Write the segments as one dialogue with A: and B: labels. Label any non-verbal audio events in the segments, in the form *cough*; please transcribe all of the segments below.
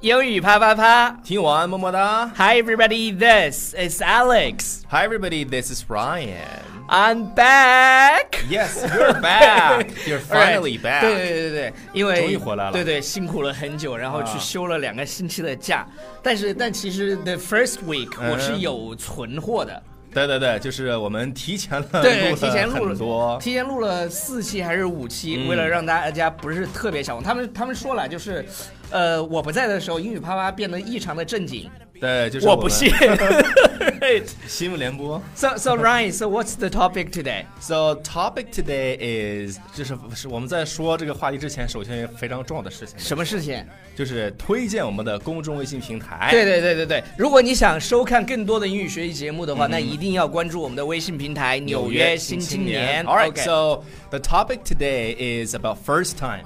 A: 英语啪啪啪
B: 听完么么哒。
A: ！Hi everybody, this is Alex.
B: Hi everybody, this is Ryan.
A: I'm back.
B: Yes, *laughs* you're
A: *laughs*
B: back. You're finally
A: Alright，
B: back.
A: 对对对对，因为
B: 终于回来了
A: 对对，辛苦了很久，然后去
B: 啊
A: 休了两个星期的假，但是但其实 the first week
B: 嗯
A: 我是有存货的，
B: 对对对，就是我们提前了，
A: 对，
B: 嗯录
A: 提前录
B: 很多。
A: 提前录了四期还是五期，
B: 嗯
A: 为了让大家不是特别想，他们他们说了就是，呃，我不在的时候，英语啪啪变得异常的正经，
B: 对，就是
A: 我
B: 们
A: 不信。 *laughs*
B: 新闻联播。
A: so so Ryan, so what's the topic today?
B: So topic today is，就是是我们在说这个话题之前，首先有非常重要的事情，
A: 什么事情？
B: 就是推荐我们的公众微信平台。
A: 对对对对对，如果你想收看更多的英语学习节目的话，那一定要关注我们的微信平台《纽约新青年》。
B: All right,
A: OK，
B: so the topic today is about first time.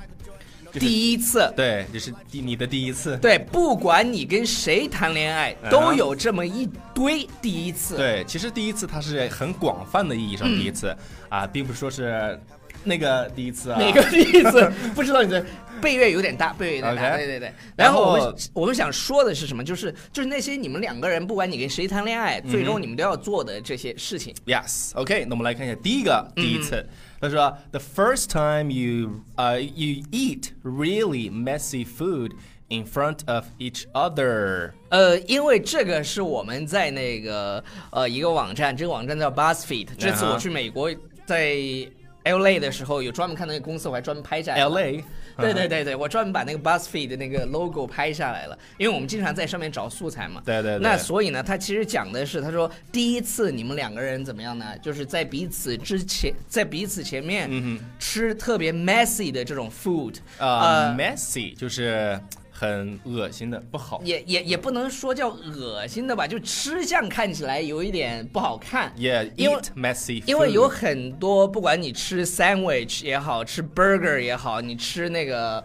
B: 就是
A: 第一次。
B: 对，就是第你的第一次。
A: 对，不管你跟谁谈恋爱，
B: 嗯
A: 都有这么一堆第一次。
B: 对，其实第一次它是很广泛的意义上的第一次、啊，并不是说是那个第一次啊。
A: 哪个例 *laughs* 子？不知道你的背乐有点大，背乐有点大。
B: OK
A: 对对对。然
B: 然
A: 后
B: 后
A: 我们我们想说的是什么？就是就是那些你们两个人，不管你跟谁谈恋爱，最终你们都要做的这些事情。
B: Yes. OK，那我们来看一下第一个第一次。他说，The first time you 呃、you eat really messy food in front of each other。
A: 呃，因为这个是我们在那个呃一个网站，这个网站叫
B: 嗯
A: BuzzFeed。这次我去美国，在 LA 的时候，有专门看到那个公司，我还专门拍下来了。
B: LA。
A: 对对对对，我专门把那个 BuzzFeed 的那个 logo 拍下来了，因为我们经常在上面找素材嘛。
B: 对对对
A: 那所以呢，他其实讲的是，他说第一次你们两个人怎么样呢？就是在彼此之前，在彼此前面
B: 嗯
A: 吃特别 messy 的这种 food，
B: 呃、
A: 呃
B: m e s s y 就是很恶心的，不好。
A: 也也也不能说叫恶心的吧，就吃相看起来有一点不好看。
B: Yeah,
A: 因为
B: eat messy.
A: 因为有
B: food
A: 很多，不管你吃 sandwich 也好，吃 burger 也好，你吃那个，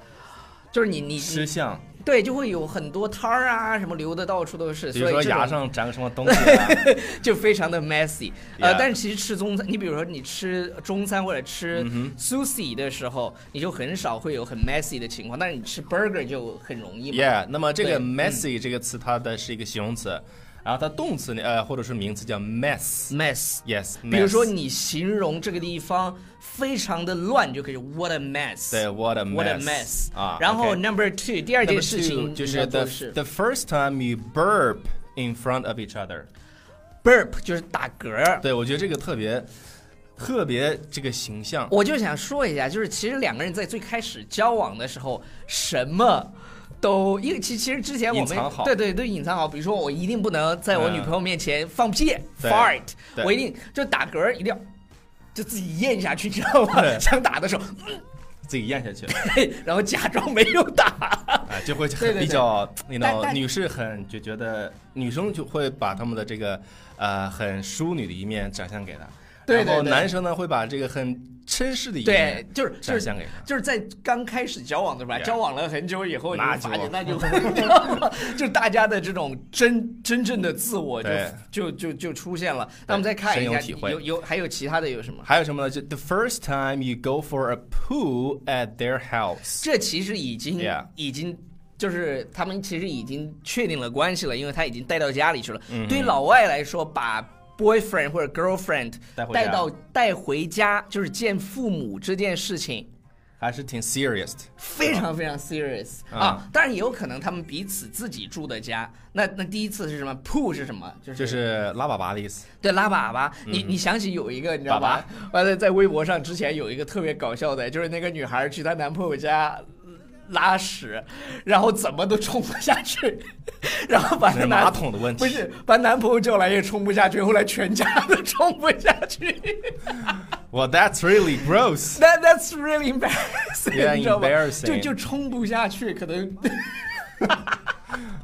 A: 就是你你你
B: 吃相，
A: 对，就会有很多摊儿啊，什么流的到处都是，
B: 比如
A: 所以
B: 说
A: 这
B: 牙
A: 种
B: 上长个什么东西、啊。
A: *laughs* 就非常的 messy。呃，
B: Yeah
A: 但是其实吃中餐，你比如说你吃中餐或者
B: 嗯
A: 吃 sushi 的时候，你就很少会有很 messy 的情况，但是你吃 burger 就很容易嘛。
B: Yeah，那么这
A: 对
B: 个
A: 嗯
B: messy 这个词，它的是一个形容词，然后它动词呢，呃，或者是名词叫 mess。
A: mess。
B: Yes，
A: 比如说
B: mess
A: 你形容这个地方非常的乱，你就可以 what a mess。
B: 对 what a mess
A: What a mess
B: 啊
A: 然后
B: OK
A: number two，第二
B: Number
A: 件事
B: two，
A: 情
B: 就
A: 你要
B: 是
A: 做
B: the
A: 的是
B: the first time you burp in front of each other。
A: burp，就是打嗝。
B: 对，我觉得这个特别特别这个形象。
A: 我就想说一下，就是其实两个人在最开始交往的时候，什么都因为其其实之前我
B: 隐藏
A: 们
B: 好
A: 对对都隐藏好，比如说我一定不能在我
B: 嗯
A: 女朋友面前放屁、
B: 对
A: fart，
B: 对
A: 我一定就打嗝一定要就自己咽下去，你知道吗？
B: 对
A: *laughs* 想打的时候，
B: 自己咽下去
A: 然后假装没有打。
B: 啊，就会
A: 对对
B: 很
A: 对
B: 比较，你知
A: 但
B: 道，
A: 但
B: 女士很就觉得女生就会把她们的这个呃很淑女的一面展现给她，
A: 对对
B: 然后
A: 对
B: 男生呢会把这个很绅士的一
A: 对
B: 面，
A: 就是就
B: 展
A: 是
B: 现给她。
A: 就是在刚开始交往对吧？
B: Yeah
A: 交往了很久以后，你
B: 那
A: 会发
B: 就
A: 现那就你知道吗
B: *laughs*
A: 就大家的这种真真正的自我就
B: 对
A: 就就就出现了。那我们再看一
B: 深
A: 下
B: 有体，会
A: 有有还有其他的有什么？
B: 还有什么呢？就 the first time you go for a poo at their house。
A: 这其实已经
B: Yeah
A: 已经。就是他们其实已经确定了关系了，因为他已经带到家里去了。
B: 嗯
A: 对于老外来说，把 boyfriend 或者 girlfriend
B: 带回家
A: 带到带回家，就是见父母这件事情，
B: 还是挺 serious 的。
A: 非常非常 serious
B: 啊
A: 啊！当然也有可能他们彼此自己住的家。那那第一次是什么？poo 是什么？就是
B: 就是嗯拉粑粑的意思，
A: 对拉粑粑。你你想起有一个你知道吧？完了在微博上之前有一个特别搞笑的，就是那个女孩去她男朋友家。拉屎，然后怎么都冲不下去， *laughs* 然后把
B: 那
A: 她
B: 是
A: 男
B: 马桶的问题
A: 不是把男朋友叫来也冲不下去，后来全家都冲不下去。 *laughs*
B: Well, that's really gross. *laughs*
A: That that's really embarrassing，
B: Yeah,
A: 你知道吗？
B: embarrassing
A: 就就冲不下去，可能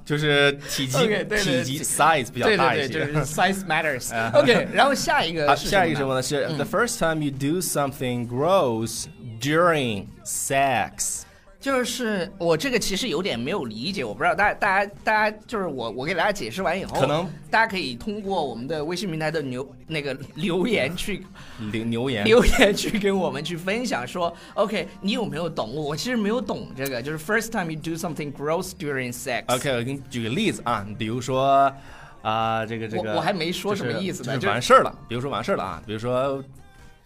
B: 就是体积
A: OK，对
B: 体
A: 对
B: 积 size 比较
A: 对
B: 大
A: 对
B: 一
A: 对，
B: 些
A: 就是。size
B: *laughs*
A: matters。OK，然后下一
B: 好，
A: 个是
B: 啊下一个什么
A: 呢？
B: 呢？
A: 嗯
B: 是 the first time you do something gross during sex。
A: 就是我这个其实有点没有理解，我不知道大家大家大家就是我我给大家解释完以后，
B: 可能
A: 大家可以通过我们的微信平台的留 *laughs* 那个留
B: *laughs*
A: 言去
B: 留留言
A: 留言去跟我们去分享说，OK，你有没有懂？我其实没有懂这个，就是 first time you do something gross during sex。
B: *laughs* OK，我给你举个例子啊，比如说啊、这个这个
A: 我我还没说什么意思
B: 就
A: 呢
B: 是就
A: 就是是
B: 完事儿了。比如说完事儿了啊，比如说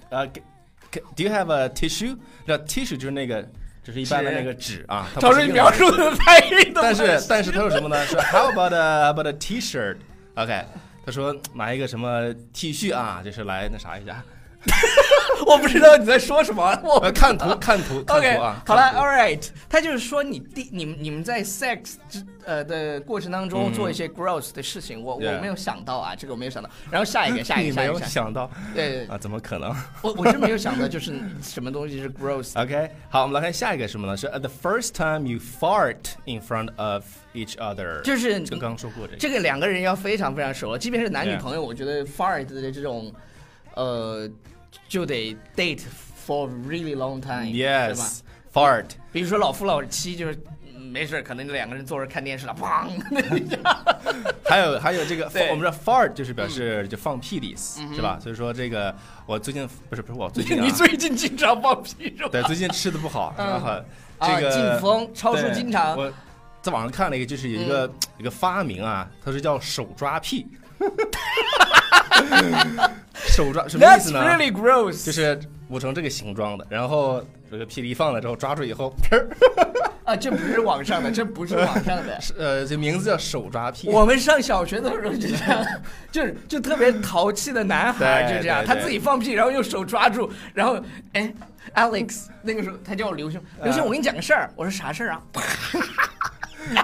B: 呃给给，Do you have a tissue？那 tissue 就是那个就是一般的
A: 纸
B: 那个纸啊。它
A: 他
B: 不是
A: 说
B: 一
A: 你
B: 个
A: 描述的太运
B: *laughs*
A: 动了，
B: 但是但是他说什么呢？说 How about a about a T-shirt？OK，、他说拿一个什么 T 恤啊，就是来那啥一下。
A: 我不知道你在说什么， *laughs* 我
B: 呃，看图看图看
A: OK，
B: 图啊。
A: 好了
B: 看图
A: ，All right，他就是说你第你们你们在 sex 之呃的过程当中做一些 gross 的事情，我我
B: 嗯 Yeah
A: 没有想到啊，这个我没有想到。然后下
B: *laughs*
A: 一个，下一
B: 你
A: 个，下
B: 没
A: 一
B: 有
A: 个，下一个
B: 想到
A: 对，对
B: 啊？怎么可能
A: 我我是没有想到就是什么东西是 gross。
B: ？OK，好，我们来看下一个是什么呢？是 at the first time you fart in front of each other，
A: 就是
B: 就刚说过这个。
A: 这个两个人要非常非常熟了，即便是男女
B: Yeah
A: 朋友，我觉得 fart 的这种，呃，就得 date for really long time，对吧？
B: Yes，fart。
A: 比如说老夫老妻就是。嗯没事儿，可能两个人坐着看电视了，砰！那一下
B: 还有还有这个，
A: 对嗯
B: 我们这 fart 就是表示就放屁的意思，是吧？所以说这个我最近不是不是我最近啊
A: *laughs* 你，最近经常放屁是吧？
B: 对，最近吃的不好，
A: 嗯
B: 然后
A: 啊
B: 这个
A: 劲风超出
B: 对
A: 经常嗯
B: 我在网上看了一个，就是有一个一个发明啊，它是叫手抓
A: *laughs*
B: 屁，手抓什么意
A: That's
B: 思呢？
A: really gross。
B: 就是捂成这个形状的，然后这个屁里一放了之后抓住以后，砰儿
A: 啊，这不是网上的，这不是网上
B: *laughs*
A: 的。
B: 是呃，这名字叫手抓屁。
A: 我们上小学的时候就这样， *laughs* 就是就特别淘气的男孩
B: 对
A: 就这样，
B: 对
A: 他
B: 对
A: 自己放屁，然后用手抓住，然后哎，Alex 那个时候他叫我刘兄，
B: 啊
A: 刘兄我跟你讲个事儿，我说啥事儿啊？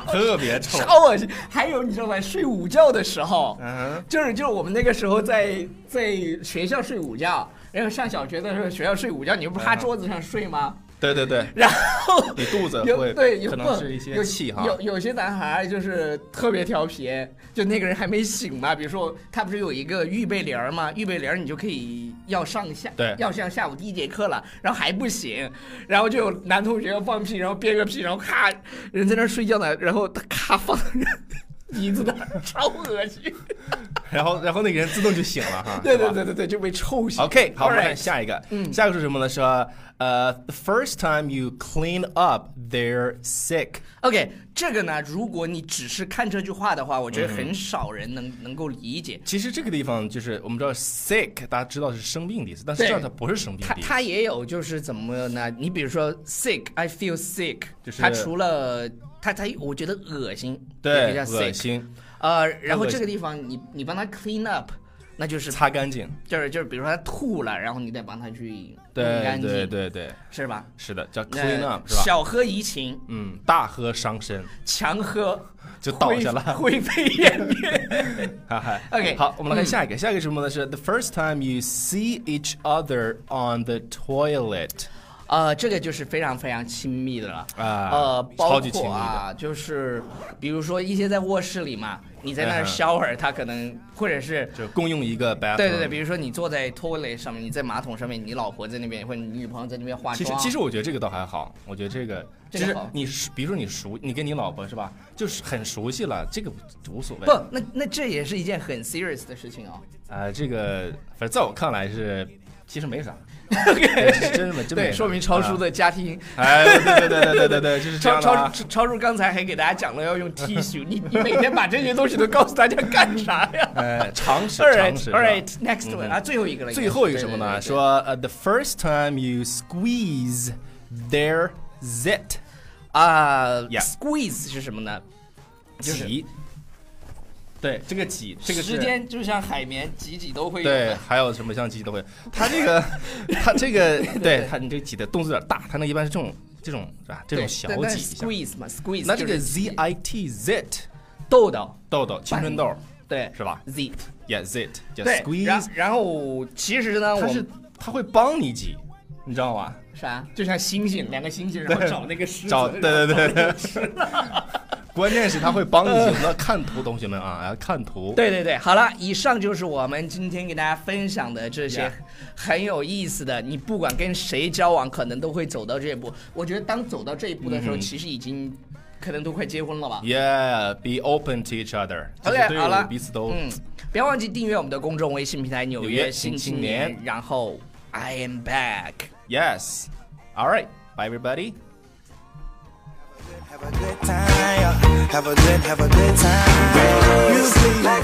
B: 特别臭，
A: 超恶心。还有你知道吗？睡午觉的时候，
B: 嗯哼
A: 就是就是我们那个时候在在学校睡午觉，然后上小学的时候学校睡午觉，你不
B: 嗯
A: 趴桌子上睡吗？
B: 对对对，
A: 然后
B: 你肚子
A: 有
B: 会
A: 对有
B: 可
A: 不
B: 能是一些
A: 有
B: 气哈，
A: 有有些男孩儿就是特别调皮，就那个人还没醒嘛，比如说他不是有一个预备铃儿吗？预备铃儿你就可以要上下，
B: 对
A: 要上下午第一节课了，然后还不醒，然后就有男同学要放屁，然后憋个屁，然后咔，人在那儿睡觉呢，然后他咔放在人椅子那儿，超恶
B: *laughs*
A: 心。
B: 然后然后那个人自动就醒了哈，
A: 对
B: 是吧
A: 对对对对，就被臭醒。
B: OK，好，我们
A: Alright
B: 看下一个，
A: 嗯
B: 下一个是什么呢？是呃、t h e first time you clean up their sick，
A: OK，这个呢，如果你只是看这句话的话，
B: 嗯
A: 我觉得很少人能、能够理解。
B: 其实这个地方就是我们知道 sick，大家知道是生病的意思，但实
A: 对
B: 际上它不是生病
A: 他
B: 的意思。
A: 他也有就是怎么呢？你比如说 sick，I feel sick，
B: 就是
A: 他除了他他我觉得恶心，也
B: 对
A: 可以叫，
B: 恶
A: sick。
B: 心，
A: 呃，然后
B: 恶心
A: 这个地方你你帮他 clean up，那就是
B: 擦干净。
A: 就是就是比如说他吐了，然后你得帮他去弄
B: 对
A: 干净，
B: 对对对，
A: 是吧？
B: 是的，叫
A: 那
B: clean up 是吧？
A: 小喝怡情，
B: 嗯，大喝伤身
A: 强喝
B: 就倒下了。
A: 灰灰飞烟灭。
B: 哈哈
A: OK，
B: 好，我们来看
A: 嗯
B: 下一个，下一个是什么呢？是 the first time you see each other on the toilet
A: 呃，这个就是非常非常亲密的了。
B: 啊
A: 呃，，包
B: 超级亲
A: 括
B: 密的。
A: 啊，就是比如说一些在卧室里嘛，你在那
B: 嗯
A: 儿
B: 哼
A: shower，他可能或者是。
B: 就共用一个 bathroom。
A: 对对对，比如说你坐在 toilet 上面，你在马桶上面，你老婆在那边或者你女朋友在那边化
B: 其实
A: 妆。嗯
B: 其实我觉得这个倒还好，我觉得这个
A: 这
B: 就
A: 个
B: 是
A: 好
B: 你熟，比如说你熟，你跟你老婆是吧，就是很熟悉了，这个无所谓。
A: 不，那那这也是一件很 serious 的事情哦。
B: 呃，这个反正在我看来是，其实没
A: *laughs*
B: 啥，
A: OK，
B: 真没真没
A: 对，
B: 啥
A: 说明超叔。
B: 啊
A: 的家庭，
B: 哎，对对对对对对对，就是这
A: 超
B: 样的
A: 超
B: 啊。
A: 超超叔刚才还给大家讲了要用
B: *laughs*
A: T 恤，你你每天把这些东西都告诉大家干啥呀
B: 呃，常识
A: *laughs* ？All
B: 常
A: right,
B: 识。
A: all
B: 是吧
A: right, next one
B: 嗯
A: 啊，最后一个了。
B: 最后一个什么
A: 对
B: 呢？。
A: 对对对
B: 说呃，the first time you squeeze their zit，
A: 啊
B: Yeah
A: ，squeeze 是什么呢？就是
B: 挤。对，这个挤，这个是
A: 时间就像海绵，挤挤都会有
B: 对，
A: 的。
B: 还有什么相机都会。他这
A: *laughs*
B: 个，他这个，对他，你这挤的动作有点大，他那一般是这种这种是吧？这种小
A: 但但
B: 挤一
A: 是
B: 下。
A: squeeze 嘛，squeeze
B: 那这个
A: 就是
B: Z I T zit
A: 痘痘，
B: 痘痘青春痘
A: 对，
B: 是吧
A: ？zip，
B: ？Yeah zit 叫
A: 对然
B: squeeze，
A: 然后其实呢，
B: 它
A: 我
B: 是
A: 们
B: 它会帮你挤，你知道吗？
A: *laughs* 啥，就像星星，两个星星，然后找那个石子，
B: 找对对对对，关键是他会帮你那看图，同学们啊，要看图。
A: 对对对，好了，以上就是我们今天给大家分享的这些
B: Yeah
A: 很有意思的。你不管跟谁交往，可能都会走到这一步。我觉得当走到这一步的
B: 嗯
A: 时候，其实已经可能都快结婚了吧。
B: Yeah, be open to each other。
A: OK，好了，
B: 彼此都
A: 嗯，别忘记订阅我们的公众微信平台《纽
B: 纽约
A: 约新
B: 新
A: 青
B: 年
A: 年》，然后 I am back。
B: yes。All right, bye everybody.
C: Have a good time, yeah. have a good, have a good time. Music.